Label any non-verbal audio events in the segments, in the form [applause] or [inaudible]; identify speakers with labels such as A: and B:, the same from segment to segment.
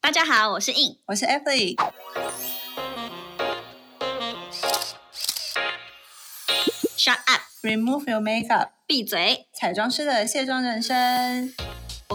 A: 大家好，我是 In。
B: 我是 Emily。
A: Shut up，
B: Remove your makeup，
A: 闭嘴。
B: 彩妆师的卸妆人生。
A: 我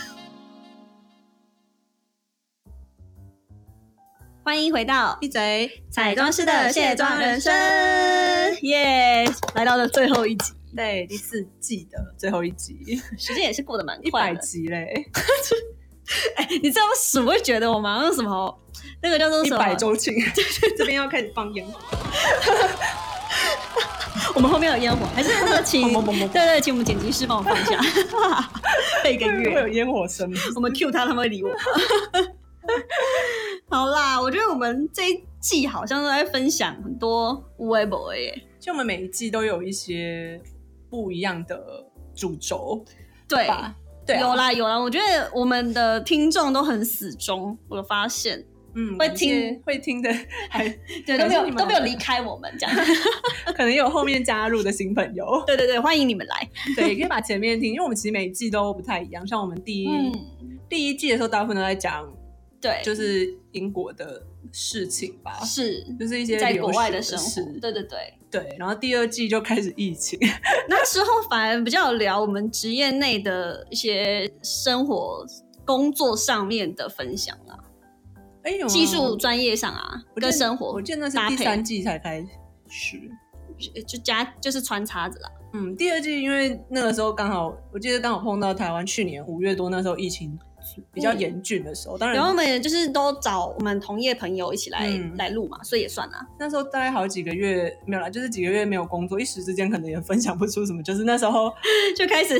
A: 欢迎回到
B: 闭嘴！
A: 彩妆师的卸妆人生，
B: [laughs]
A: 耶、来到了最后一集，
B: 对，第四季的最后一集，
A: 时间也是过得蛮
B: 一
A: 快
B: 百
A: 的。
B: 集嘞，
A: [laughs] 你知道我什么会觉得我们好像什么那个叫做
B: 一
A: 什
B: 百
A: 么？
B: 周 [laughs] 庆，这边要开始放烟火。
A: 我们后面有烟火，还是那个 [laughs] 请
B: 砰砰砰
A: 对
B: 砰
A: 对，请我们剪辑师帮我放一下， [laughs] 背个
B: 会
A: 乐，
B: 有烟火声吗？
A: 我们 Q 他，他们会理我。 [laughs] 好啦，我觉得我们这一季好像都在分享很多 web 耶，
B: 就我们每一季都有一些不一样的主轴
A: 对。
B: 吧？对啊，
A: 有啦有啦，我觉得我们的听众都很死忠，我有发现，
B: 嗯，
A: 会
B: 感谢
A: 听
B: 会听的， [laughs] 还
A: 对，都
B: 可是
A: 没有
B: 你们
A: 都没有离开我们这样，。
B: 可能有后面加入的新朋友
A: [laughs] 对对对，欢迎你们来，
B: 对，也可以把前面听，因为我们其实每一季都不太一样。像我们第一、
A: 嗯，
B: 第一季的时候，大部分都在讲
A: 对，
B: 就是英国的事情吧，
A: 是
B: 就是一些
A: 在
B: 留
A: 国
B: 学
A: 外
B: 的
A: 生
B: 事
A: 活，对对对，
B: 对，然后第二季就开始疫情， [laughs]
A: 那时候反而比较聊我们职业内的一些生活、工作上面的分享啦，
B: 哎、有吗
A: 技术专业上啊，
B: 我记得
A: 跟生活
B: 我记得那
A: 搭
B: 是
A: 配
B: 第三季才开始。
A: 就就加就是穿插着啦。
B: 嗯，第二季因为那个时候刚好，我记得刚好碰到台湾去年五月多那时候疫情比较
A: 嗯
B: 严峻的时候，当然
A: 然后我们也就是都找我们同业朋友一起来、
B: 嗯
A: 来录嘛，所以也算啦。
B: 那时候大概好几个月没有啦，就是几个月没有工作，一时之间可能也分享不出什么。就是那时
A: [laughs]
B: 候，
A: 就开始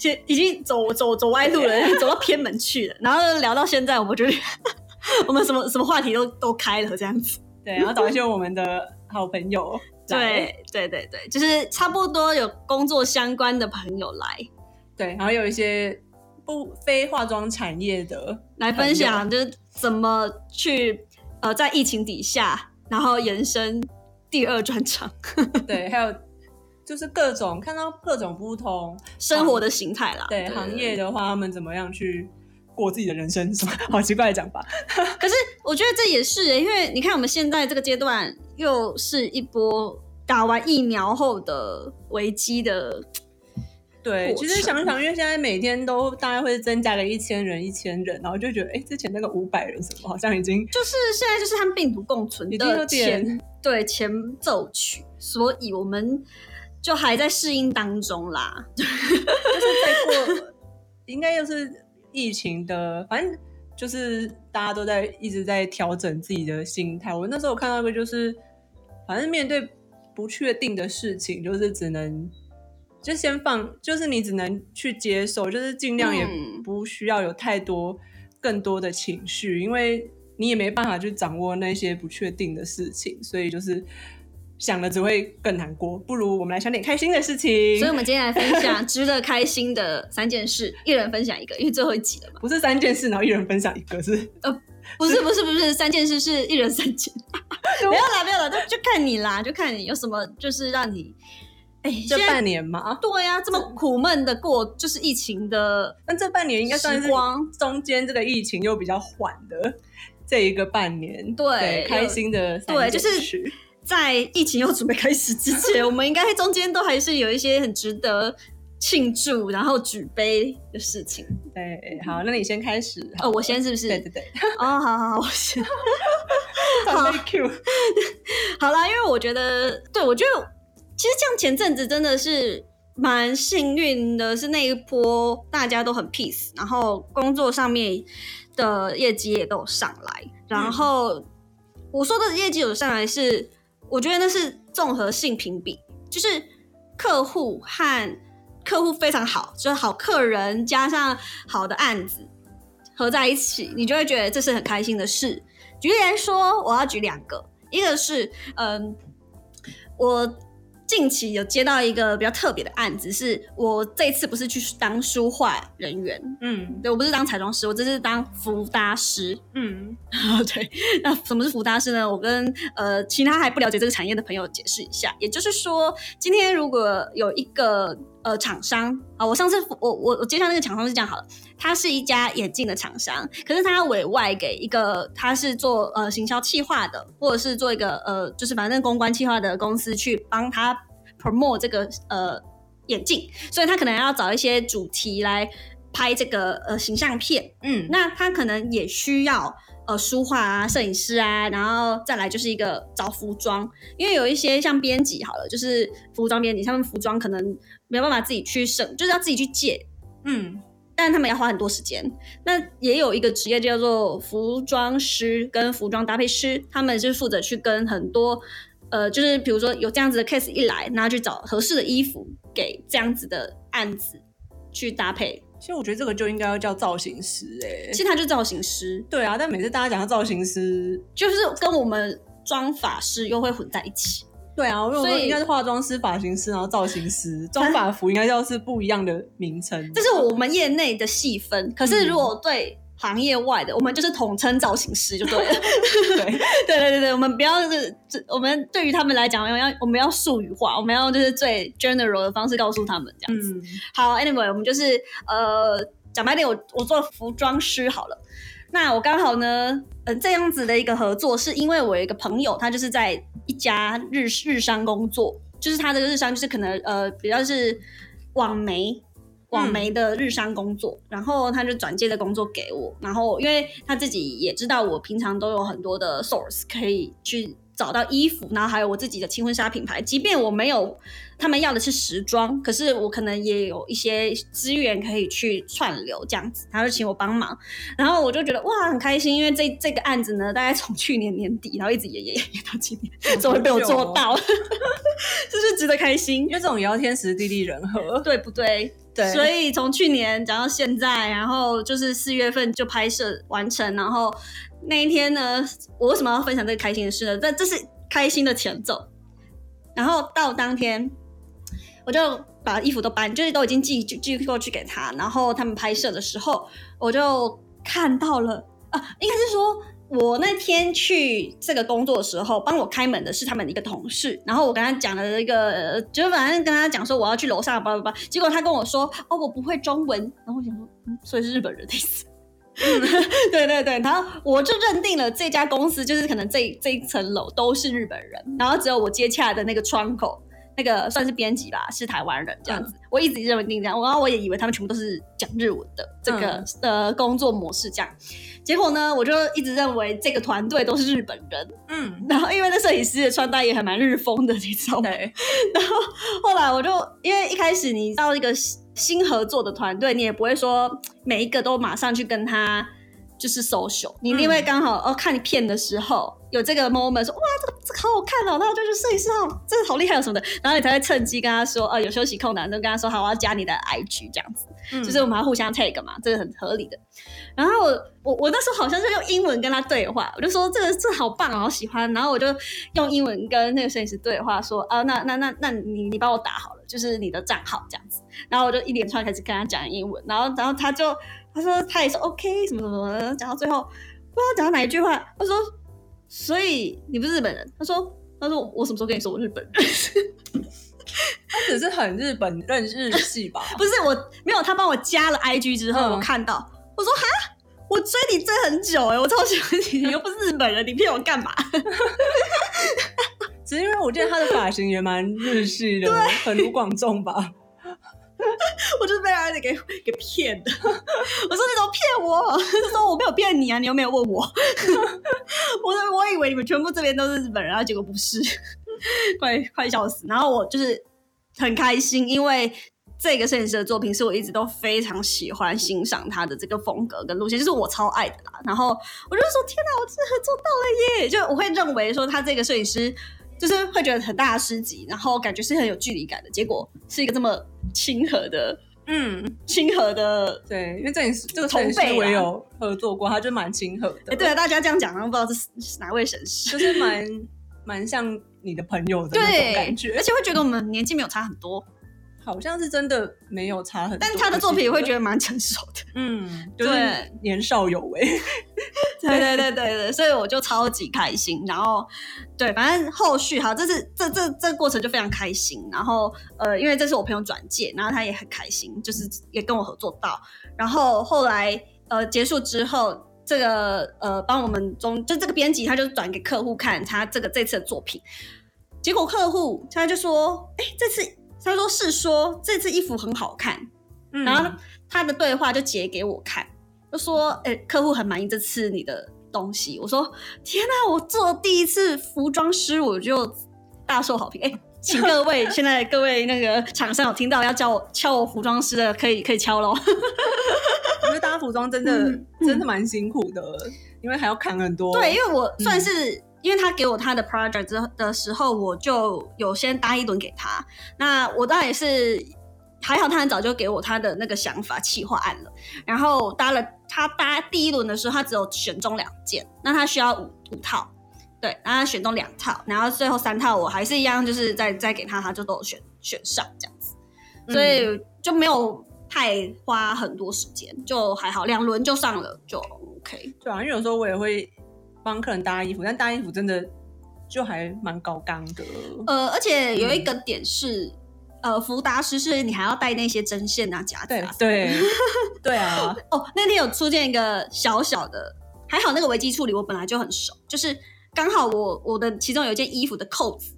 A: 就已经走走走歪路
B: [laughs]
A: 了，走到偏门去了。然后聊到现在，我觉得 [laughs] 我们什么什么话题都都开了这样子。
B: 对，然后找一些我们的好朋
A: [laughs]
B: 友来，
A: 对对对对，就是差不多有工作相关的朋友来。
B: 对，然后有一些不非化妆产业的，
A: 来分享，就是怎么去呃在疫情底下，然后延伸第二专场
B: 对，还有就是各种看到各种不同
A: 生活的形态啦。
B: 对行业，的话，他们怎么样去过自己的人生，什么好奇怪的讲法。
A: 我觉得这也是、因为你看我们现在这个阶段又是一波打完疫苗后的危机的，
B: 对，
A: 过
B: 其实
A: 程
B: 想一想，因为现在每天都大概会增加个一千人、一千人，然后就觉得，哎，之前那个五百人什么，好像已经
A: 就是现在就是和病毒共存
B: 已经有
A: 的
B: 点
A: 前对前奏曲，所以我们就还在适应当中啦。
B: 就是再过，应该又是疫情的，反正就是大家都在一直在调整自己的心态。我那时候有看到一个，就是反正面对不确定的事情，就是只能就先放，就是你只能去接受，就是尽量也
A: 嗯
B: 不需要有太多更多的情绪，因为你也没办法去掌握那些不确定的事情，所以就是。想了只会更难过，不如我们来想点开心的事情。
A: 所以，我们今天来分享值得开心的三件事，一人分享一个，因为最后一集了嘛。
B: 不是三件事，然后一人分享一个，是
A: [laughs] 不是不是不是，三件事是一人三件， [laughs] 没有 [laughs] 啦没有啦，就就看你啦，就看你有什么就是让你，哎、
B: 这
A: 现在
B: 半年嘛？
A: 对啊呀、这么苦闷的过就是疫情的
B: 那这半年应该算是
A: 时光
B: 中间这个疫情又比较缓的这一个半年，
A: 对
B: 开心的三
A: 对
B: 件
A: 就是
B: 事
A: 在疫情又准备开始之 [laughs] 前，我们应该中间都还是有一些很值得庆祝然后举杯的事情。
B: 对。好，那你先开始。好
A: 哦，我先是不是？
B: 对对对，
A: 哦，好好好，我先。
B: [laughs] 长辈 Q，
A: 好啦，因为我觉得，对我觉得，其实像前阵子真的是蛮幸运的，是那一波大家都很 peace，然后工作上面的业绩也都有上来。然后、我说的业绩有上来是，我觉得那是综合性评比，就是客户和客户非常好，就是好客人加上好的案子合在一起，你就会觉得这是很开心的事。举例来说，我要举两个，一个是嗯，我近期有接到一个比较特别的案子，是我这一次不是去当书画人员，
B: 嗯
A: 对我不是当彩妆师，我这是当服搭师。
B: 嗯，
A: 啊，对，那什么是服搭师呢？我跟呃其他还不了解这个产业的朋友解释一下，也就是说，今天如果有一个呃厂商啊，我上次我我我介绍那个厂商是这样好了，他是一家眼镜的厂商，可是他委外给一个他是做呃行销企划的，或者是做一个呃就是反正公关企划的公司去帮他 promote 这个呃眼镜，所以他可能要找一些主题来拍这个呃形象片。
B: 嗯，
A: 那他可能也需要呃书画啊、摄影师啊，然后再来就是一个找服装，因为有一些像编辑好了，就是服装编辑，他们服装可能没有办法自己去省，就是要自己去借，
B: 嗯
A: 但他们要花很多时间。那也有一个职业叫做服装师跟服装搭配师，他们就是负责去跟很多。呃，就是比如说有这样子的 case 一来，那去找合适的衣服给这样子的案子去搭配，
B: 其实我觉得这个就应该要叫造型师哎、
A: 其实他就是造型师。
B: 对啊，但每次大家讲到造型师，
A: 就是跟我们妆法师又会混在一起。
B: 对啊，因为我
A: 所以
B: 说应该是化妆师、发型师，然后造
A: [laughs]
B: 型师，妆发服应该要是不一样的名称。
A: 这是我们业内的细分，可是如果对行业外的，我们就是统称造型师就对了。 [laughs]
B: 对，
A: 对对对对，我们不要是，这我们对于他们来讲，我们要我们要术语化，我们要就是最 general 的方式告诉他们这样子。
B: 嗯
A: 好，anyway，我们就是呃，讲白点，我我做服装师好了。那我刚好呢，嗯、这样子的一个合作，是因为我有一个朋友，他就是在一家日日商工作，就是他的日商就是可能呃比较是网媒。网媒的日商工作，然后他就转介的工作给我，然后因为他自己也知道我平常都有很多的 source 可以去找到衣服，然后还有我自己的轻婚纱品牌，即便我没有他们要的是时装，可是我可能也有一些资源可以去串流这样子，他就请我帮忙，然后我就觉得哇很开心，因为这这个案子呢，大概从去年年底，然后一直也也也也到今年，哦终于被我
B: 哦
A: 做到，这是值得开心
B: 因。为这种也要天时地利人和。
A: [laughs] 对不对？
B: 对 [laughs]
A: 所以从去年讲到现在，然后就是四月份就拍摄完成，然后那一天呢，我为什么要分享这个开心的事呢？这这是开心的前奏，然后到当天我就把衣服都搬，就是都已经寄寄寄过去给他，然后他们拍摄的时候，我就看到了啊，应该是说。我那天去这个工作的时候，帮我开门的是他们的一个同事，然后我跟他讲了一个，呃就反正跟他讲说我要去楼上，叭叭叭，结果他跟我说，哦，我不会中文，然后我想说，嗯，所以是日本人的意思。 [laughs] 对对对，然后我就认定了这家公司就是可能这这一层楼都是日本人，然后只有我接洽的那个窗口，那个算是编辑吧，是台湾人这样子。我一直认为定这样，然后我也以为他们全部都是讲日文的这个、
B: 嗯
A: 呃工作模式这样。结果呢，我就一直认为这个团队都是日本人，
B: 嗯，
A: 然后因为那摄影师的穿搭也还蛮日风的，你知道吗？
B: 对，
A: [laughs] 然后后来我就因为一开始你到一个新新合作的团队，你也不会说每一个都马上去跟他就是 social，你一定会
B: 嗯
A: 刚好、哦看你片的时候有这个 moment 说哇这个这个好好看哦，那就是摄影师好这个好厉害哦什么的，然后你才会趁机跟他说哦有休息空档就跟他说好我要加你的 IG 这样子。
B: 嗯
A: 就是我们要互相 take 嘛，这个很合理的。然后我我我那时候好像是用英文跟他对话，我就说这个这好棒啊，好喜欢。然后我就用英文跟那个摄影师对话，说啊，那那那那你你帮我打好了，就是你的账号这样子。然后我就一连串开始跟他讲英文，然后然后他就他说他也说 OK 什么什么什么，讲到最后不知道讲到哪一句话，他说所以你不是日本人，他说。他说：“我什么时候跟你说我日本人？
B: 他只是很日本认日系吧？
A: 不是我没有，他帮我加了 IG 之后，
B: 嗯
A: 我看到，我说哈，我追你追很久哎、我超喜欢你，你又不是日本人，你骗我干嘛？
B: 只是因为我记得他的发型也蛮日系的，很卢广仲
A: [laughs]
B: 吧？
A: 我就是被他给给骗的。 [laughs] 我说你怎么骗我？ [laughs] 他说我没有骗你啊，你又没有问我。 [laughs] 我说我以为你们全部这边都是日本人，然啊后结果不是， [laughs] 快快笑死。然后我就是很开心，因为。这个摄影师的作品是我一直都非常喜欢、欣赏他的这个风格跟路线，就是我超爱的啦。然后我就说：“天哪，我真的做到了耶！”就我会认为说他这个摄影师就是会觉得很大的师级，然后感觉是很有距离感的，结果是一个这么亲和的
B: 嗯，
A: 亲和的。
B: 对，因为这里是这个摄
A: 同辈啦
B: 影师我也有合作过，他就蛮亲和的，
A: 哎哎、对啊，大家这样讲，然后不知道这是是哪位神师。
B: 就是蛮蛮像你的朋友的那种
A: 对，
B: 感觉
A: 而，且会觉得我们年纪没有差很多，
B: 好像是真的没有差很多。
A: 但是他的作品会觉得蛮成熟的。
B: 得，嗯，就是
A: 对
B: 年少有为。 [laughs]
A: [laughs] 对对对对对，所以我就超级开心。然后，对，反正后续好，这是这这这个过程就非常开心。然后，呃，因为这是我朋友转介，然后他也很开心，就是也跟我合作到。然后后来，呃，结束之后，这个呃，帮我们中就这个编辑，他就转给客户看他这个这次的作品。结果客户他就说：“哎，这次他说是说这次衣服很好看。”
B: 嗯
A: 然后他的对话就截给我看，就说：“哎、客户很满意这次你的东西。”我说：“天哪、我做第一次服装师，我就大受好评。哎，请各位现在各位那个厂商有听到要叫我敲我服装师的，可以可以敲喽。
B: 我觉得搭服装真的、
A: 嗯
B: 真的蛮辛苦的，因为还要扛很多。嗯
A: 对，因为我算是、因为他给我他的 project 之后的时候，我就有先搭一轮给他。那我当然也是还好，他很早就给我他的那个想法企划案了。然后搭了他搭第一轮的时候，他只有选中两件，那他需要五五套。对，然后他选中两套，然后最后三套我还是一样，就是再再给他，他就都有选选上这样子，
B: 嗯
A: 所以就没有太花很多时间，就还好，两轮就上了，就 OK。
B: 对啊，因为有时候我也会帮客人搭衣服，但搭衣服真的就还蛮高纲的。
A: 呃，而且有一个点是，呃，福达师是你还要带那些针线啊、夹子
B: 对
A: 啊。
B: 对对啊，
A: 哦，那天有出现一个小小的，还好那个危机处理我本来就很熟，就是刚好我我的其中有一件衣服的扣子，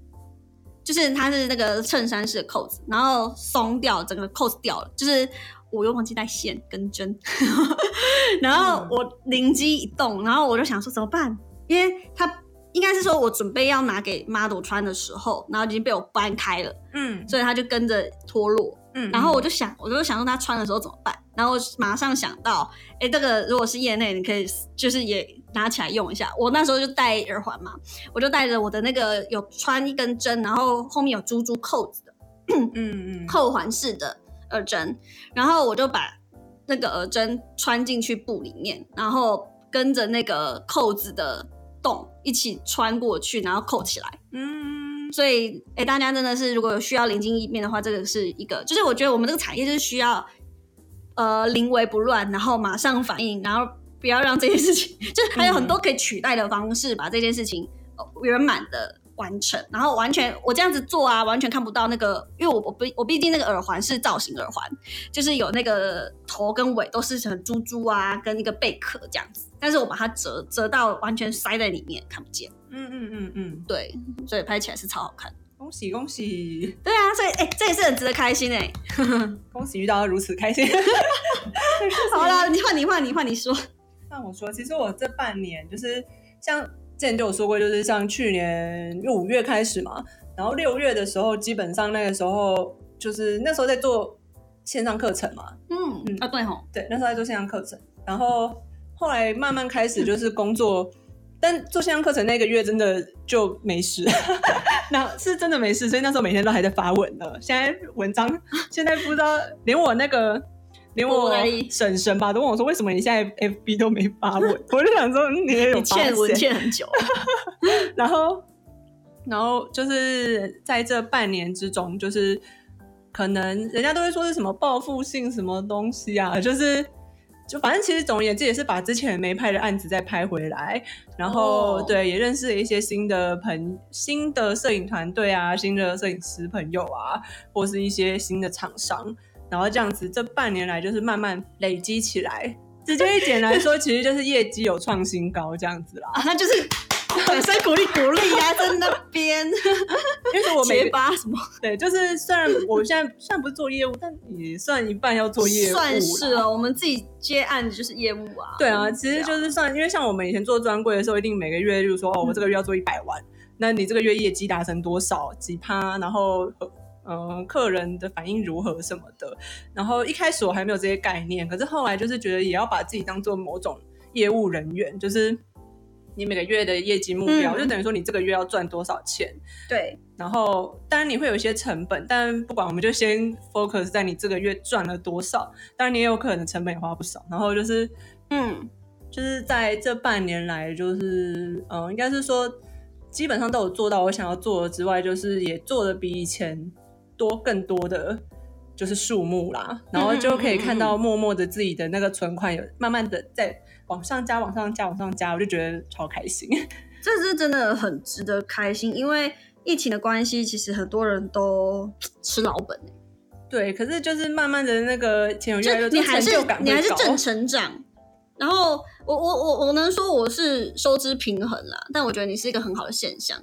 A: 就是它是那个衬衫式的扣子，然后松掉，整个扣子掉了，就是我又忘记带线跟针， [laughs] 然后
B: 嗯
A: 我灵机一动，然后我就想说怎么办，因为它。应该是说，我准备要拿给 model 穿的时候，然后已经被我搬开了，
B: 嗯
A: 所以它就跟着脱落。
B: 嗯
A: 然后我就想，我就想说他穿的时候怎么办，然后我马上想到，哎，这个如果是业内，你可以就是也拿起来用一下。我那时候就戴耳环嘛，我就戴着我的那个有穿一根针，然后后面有珠珠扣子的
B: 嗯嗯
A: 扣环式的耳针，然后我就把那个耳针穿进去布里面，然后跟着那个扣子的洞一起穿过去，然后扣起来。
B: 嗯，
A: 所以，哎、大家真的是如果有需要临经一变的话，这个是一个，就是我觉得我们这个产业就是需要，呃，临危不乱，然后马上反应，然后不要让这件事情， [laughs] 就是还有很多可以取代的方式，把这件事情呃圆满的完成。然后完全我这样子做啊，完全看不到那个，因为我我不我毕竟那个耳环是造型耳环，就是有那个头跟尾都是成珠珠啊，跟一个贝壳这样子，但是我把它折折到完全塞在里面，看不见。
B: 嗯嗯嗯嗯，
A: 对，所以拍起来是超好看的。
B: 恭喜恭喜
A: 对啊，所以哎、这也是很值得开心哎、
B: 恭喜遇到如此开心。
A: 好啦，你换你换你换你说，
B: 那我说，其实我这半年就是像之前就有说过，就是像去年因为五月开始嘛，然后六月的时候，基本上那个时候就是那时候在做线上课程嘛，
A: 嗯啊对吼，
B: 对，那时候在做线上课程，然后后来慢慢开始就是工作，但做线上课程那个月真的就没事， [laughs] 那是真的没事，所以那时候每天都还在发文呢。现在文
A: [laughs]
B: 章现在不知道，连我那个连我
A: 我而已
B: 婶婶吧都问我说，为什么你现在 FB 都没发文？ [laughs] 我就想说，嗯，你也有
A: 你
B: 发
A: 欠文
B: 现
A: 欠很久，
B: [laughs] 然后，然后就是在这半年之中，就是可能人家都会说是什么报复性什么东西啊，就是就反正其实总而言之也是把之前没拍的案子再拍回来，然后、
A: 哦
B: 对也认识了一些新的朋新的摄影团队啊，新的摄影师朋友啊，或是一些新的厂商，然后这样子这半年来就是慢慢累积起来。直接一点来说，其实就是业绩有创新高这样子啦。 [laughs]
A: 啊那就是 [laughs] 掌声鼓励鼓励啊，在那边
B: [laughs] 因为我每
A: 结巴什么
B: 对，就是虽然我现在虽然不是做业务，但也算一半要做业务啦，
A: 算是哦，我们自己接案子就是业务啊，
B: 对啊，其实就是算，因为像我们以前做专柜的时
A: 嗯
B: 候，一定每个月就是说，哦，我这个月要做一百万，那你这个月业绩达成多少几趴，然后呃，客人的反应如何什么的。然后一开始我还没有这些概念，可是后来就是觉得也要把自己当做某种业务人员，就是你每个月的业绩目标，
A: 嗯
B: 就等于说你这个月要赚多少钱，
A: 对，
B: 然后当然你会有一些成本，但不管，我们就先 focus 在你这个月赚了多少。当然你也有可能成本也花不少。然后就是
A: 嗯
B: 就是在这半年来，就是嗯、呃应该是说基本上都有做到我想要做的之外，就是也做的比以前多更多的就是数目啦，然后就可以看
A: 嗯
B: 到默默的自己的那个存款有慢慢的在往上加、往上加、往上加，我就觉得超开心。 [laughs]
A: 这是真的很值得开心，因为疫情的关系，其实很多人都吃老本、欸，
B: 对，可是就是慢慢的那个钱有越来越
A: 就你
B: 多，
A: 还
B: 成
A: 是
B: 就感
A: 你还是
B: 会高
A: 正成长。然后我我我我能说我是收支平衡啦，但我觉得你是一个很好的现象。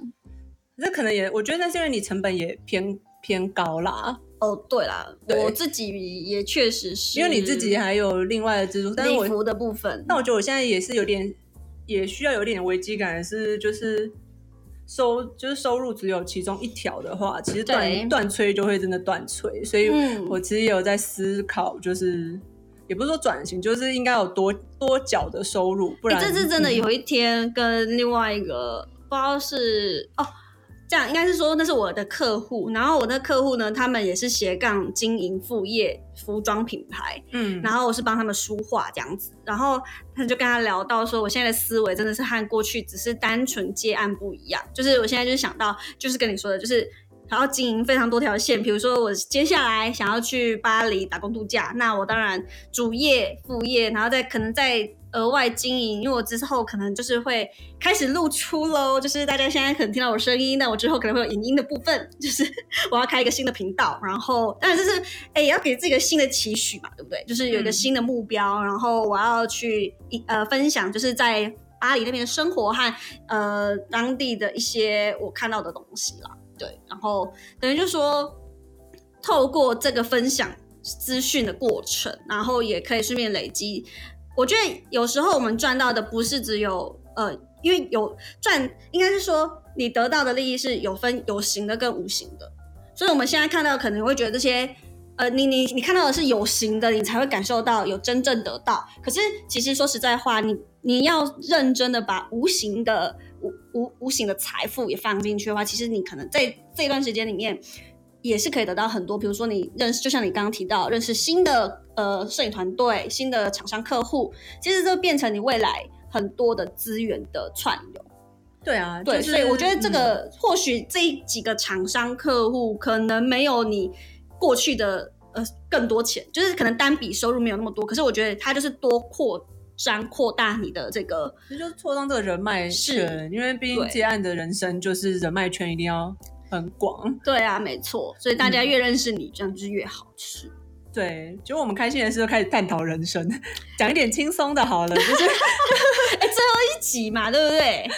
B: 可是可能也，我觉得那是因为你成本也偏偏高啦，
A: 哦，对啦，
B: 对
A: 我自己也确实是，
B: 因为你自己还有另外的支出。但是
A: 礼
B: 我，
A: 嗯服的部分，
B: 但我觉得我现在也是有点，也需要有点危机感，是就是收就是收入只有其中一条的话，其实
A: 对
B: 断断吹就会真的断吹。所以
A: 嗯
B: 我其实也有在思考，就是也不是说转型，就是应该有多多角的收入，不
A: 欸
B: 然、
A: 这次真的
B: 嗯
A: 有一天跟另外一个不知道是哦，这样应该是说那是我的客户，然后我的客户呢，他们也是斜杠经营副业服装品牌，
B: 嗯
A: 然后我是帮他们书画这样子，然后他就跟他聊到说，我现在的思维真的是和过去只是单纯接案不一样，就是我现在就是想到，就是跟你说的，就是还要经营非常多条线，比如说我接下来想要去巴黎打工度假，那我当然主业副业，然后再可能再额外经营，因为我之后可能就是会开始露出喽，就是大家现在可能听到我声音，那我之后可能会有影音的部分，就是 [laughs] 我要开一个新的频道，然后当然就是哎、也要给自己一个新的期许嘛，对不对？就是有一个
B: 嗯
A: 新的目标，然后我要去一呃分享，就是在巴黎那边的生活和呃当地的一些我看到的东西啦，对，然后等于就说透过这个分享资讯的过程，然后也可以顺便累积我觉得有时候我们赚到的不是只有呃，因为有赚，应该是说你得到的利益是有分有形的跟无形的，所以我们现在看到可能会觉得这些。呃，你你你看到的是有形的，你才会感受到有真正得到。可是其实说实在话，你你要认真的把无形的无无无形的财富也放进去的话，其实你可能在这段时间里面也是可以得到很多，比如说你认识，就像你刚刚提到，认识新的呃摄影团队、新的厂商客户，其实这变成你未来很多的资源的串流。
B: 对啊，
A: 对，
B: 就是
A: 所以我觉得这
B: 嗯
A: 个、或许这几个厂商客户可能没有你过去的呃更多钱，就是可能单笔收入没有那么多，可是我觉得它就是多扩张、扩大你的这个
B: 其实就是扩张这个人脉圈，因为毕竟
A: 对
B: 接案的人生就是人脉圈一定要很广。
A: 对啊，没错，所以大家越认识你，这样就是越好吃。
B: 嗯对，结果我们开心的事就开始探讨人生， [laughs] 讲一点轻松的好了，就是 [laughs]
A: 哎、最后一集嘛，对不对？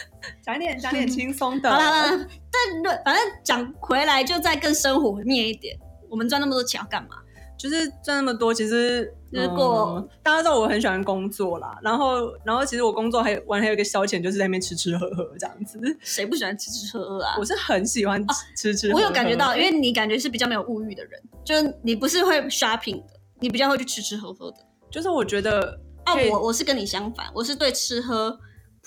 B: 讲一点讲点轻松的。
A: 好啦好啦，但论反正讲回来，就再更生活面一点。我们赚那么多钱要干嘛？
B: 就是赚那么多，其实
A: 就是过
B: 嗯大家知道我很喜欢工作啦，然后然后其实我工作还有完还有一个消遣，就是在那边吃吃喝喝这样子。
A: 谁不喜欢吃吃喝喝啊
B: 我？是很喜欢吃吃喝
A: 我
B: 喝，
A: 有感觉到，因为你感觉是比较没有物欲的人，就是你不是会 shopping 的，你比较会去吃吃喝喝的。
B: 就是我觉得
A: 啊，
B: 可以
A: 我我是跟你相反，我是对吃喝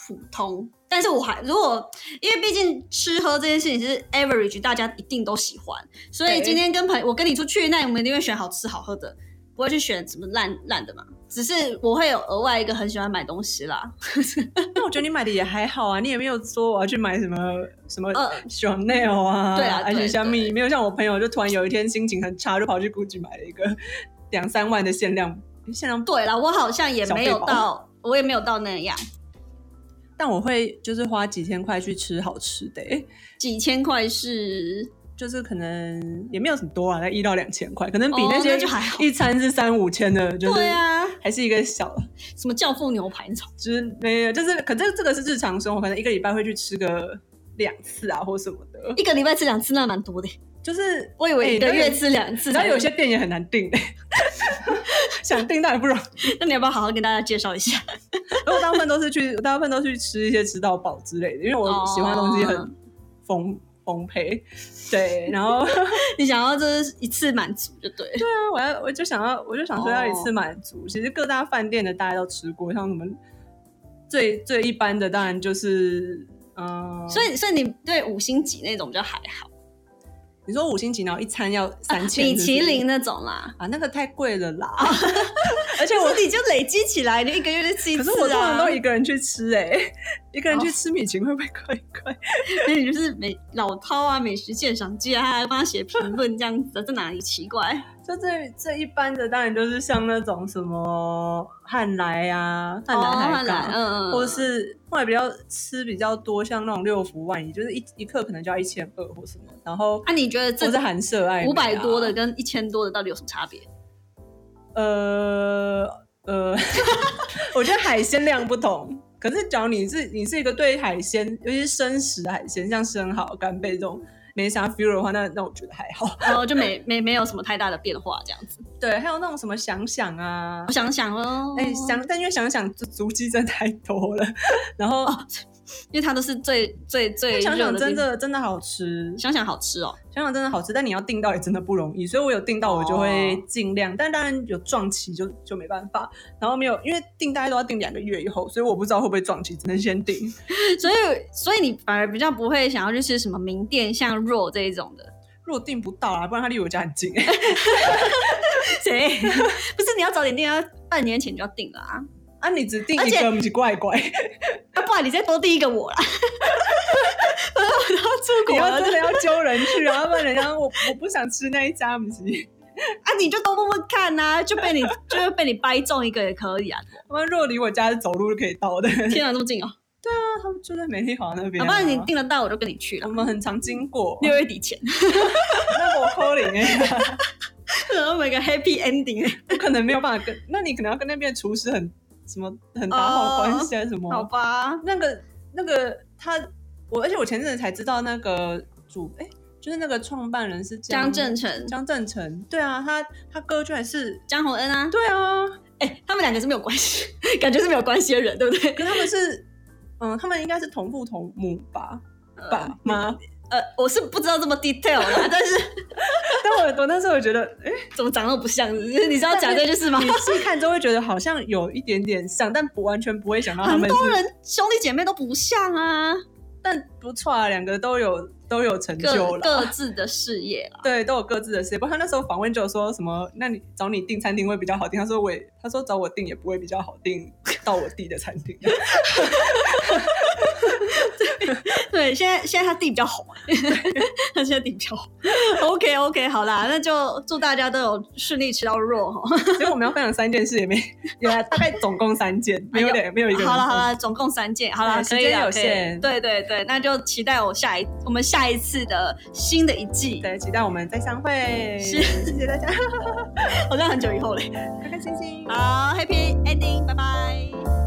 A: 普通，但是我还如果因为毕竟吃喝这件事情是 average，大家一定都喜欢，所以
B: 对
A: 今天跟朋友我跟你出去，那我们一定会选好吃好喝的，不会去选什么烂烂的嘛。只是我会有额外一个很喜欢买东西啦，
B: 那我觉得你买的也还好啊，你也没有说我要去买什么什么
A: 呃
B: Chanel 啊，
A: 对啊
B: 而
A: 对
B: 且香
A: 对
B: 蜜没有像我朋友，就突然有一天心情很差，就跑去 GUCCI 买了一个两三万的限量限量，
A: 对啦，我好像也没有
B: 小背包
A: 到，我也没有到那样，
B: 但我会就是花几千块去吃好吃的、欸
A: 几千块是
B: 就是可能也没有很多啊，在一到两千块，可能比
A: 哦
B: 那些
A: 那就还好
B: 一餐是三五千的，就是
A: 对啊，
B: 还是一个小
A: 什么教父牛排那种，
B: 之没有，就是可这这个是日常生活，可能一个礼拜会去吃个两次啊或什么的，
A: 一个礼拜吃两次那蛮多的，
B: 就是
A: 我以为一个
B: 哎
A: 月吃两次
B: 你知道
A: 才。
B: 有些店也很
A: [laughs]
B: 难订的，想订到也不容易。
A: 那你要不要好好跟大家介绍一下？ [laughs]
B: 然后我大部分都是去，我大部分都去吃一些吃到饱之类的，因为我喜欢的东西
A: 哦
B: 很丰丰沛。对，
A: [laughs]
B: 然后对
A: 你想要就是一次满足就对了。
B: 啊，我要我就想要，我就想说要一
A: 哦
B: 次满足。其实各大饭店的大家都吃过，像什么最最一般的，当然就是嗯，
A: 所以，所以你对五星级那种比较还好，
B: 你说五星级，然后一餐要三千，
A: 啊米
B: 是不是
A: 其林那种啦，
B: 啊，那个太贵了啦。
A: 而且我你就累积起来，你一个月就吃一
B: 可
A: 次
B: 是
A: 啊。哦
B: 我通常都一个人去吃、哎，一个人去吃米其林会不会怪怪？
A: 所以就是美老饕啊，美食鉴赏家啊，帮他写评论这样子的，在哪里奇怪？
B: 就这这一般的，当然就是像那种什么汉来啊，汉来海
A: 哦
B: 港，
A: 嗯嗯，嗯
B: 或者是后来比较吃比较多，像那种六福万怡，就是一一克可能就要一千二或什么，然后
A: 啊，你觉得这
B: 或是韩舍爱美啊
A: 五百多的，跟一千多的到底有什么差别？
B: 呃呃， [laughs] 我觉得海鲜量不同。可是，假如你是你是一个对海鲜，尤其是生食的海鲜，像生蚝、干贝这种没啥 feel 的话，那那我觉得还好。
A: 然后就没没没有什么太大的变化，这样子。
B: 对，还有那种什么想想啊
A: 我，想想哦，
B: 哎、想，但因为想想这足迹真的太多了，然后、
A: 因为它都是最最最
B: 想
A: 哦热
B: 想
A: 地
B: 真
A: 方
B: 的真的好吃，
A: 想想好吃哦， [laughs]
B: 想想真的好吃，但你要订到也真的不容易，所以我有订到我就会
A: 哦
B: 尽量，但当然有撞期就就没办法，然后没有，因为订大家都要订两个月以后，所以我不知道会不会撞期，只能先订。
A: 所以所以你反而比较不会想要去吃什么名店，像肉这一种的。
B: 如果订不到啊，不然它离我家很近、 [laughs]
A: 谁？ [laughs] 不是你要早点订，要半年前就要订了啊，
B: 啊，你只订
A: 而
B: 一
A: 且
B: 个，不是怪
A: [laughs]
B: 怪，
A: 啊不然你再多订一个我啦。 [laughs] 我都
B: 你
A: 要出国
B: 要
A: 了
B: 真的要揪人去啊，不然人家我我不想吃那一家，不是，
A: 啊，你就多问问看呐、就被你 [laughs] 就是被你掰中一个也可以啊。
B: 他们如果离我家是走路就可以到的， [laughs]
A: 天哪，这么近哦！
B: 那他们就在美丽华那边、
A: 要
B: 啊，
A: 不然你订得到，我就跟你去
B: 我
A: 了。
B: 们很常经过，
A: 六月底 [laughs] 前，
B: 那我扣零 [laughs] 哎，
A: 然后每个 happy Oh ending，
B: 我可能没有办法跟，那你可能要跟那边的厨师很什么很打好关系还啊是什么？
A: 哦好吧？
B: 那个那个他，我而且我前阵子才知道那个主哎、就是那个创办人是
A: 江正成、
B: 江正成，对啊，他他哥居然是
A: 江宏恩啊，
B: 对啊，
A: 哎、他们两个是没有关系，感觉是没有关系的人，对不对？
B: 可是他们是嗯，他们应该是同父同母吧。
A: 呃
B: 爸妈，
A: 呃，我是不知道这么 detail 啦，但是
B: 但我我那时候我觉得，哎、
A: 怎么长得不像，你知道讲这就是 [laughs] 吗
B: 你？细看就会觉得好像有一点点像，但不完全不会想到他
A: 很
B: 们
A: 多
B: 是
A: 人兄弟姐妹都不像啊，
B: 但不错啊，两个都有都有成就
A: 各
B: 了，
A: 各自的事业啦。
B: 对，都有各自的事业。不过他那时候访问就有说什么，那你找你订餐厅会比较好订？他说我也，他说找我订也不会比较好订到我弟的餐厅。
A: [laughs]
B: [laughs]
A: 对，现在现在他地比较红，啊 [laughs] 他现在地比较红。OK OK，好啦，那就祝大家都有顺利吃到肉哈。
B: 所以我们要分享三件事，也没有啊，大概总共三件，没有两没有一个人。
A: 哎好了好，了，总共三件，好了，
B: 对
A: 可
B: 时
A: 以
B: 间
A: 啦
B: 有
A: 可以
B: 限
A: 对对对，那就期待我下一我们下一次的新的一季，
B: 对，期待我们再相会。
A: 是
B: 谢谢大家，
A: 好像很久以后嘞。
B: 开开心心。
A: 好，Happy Ending，拜拜。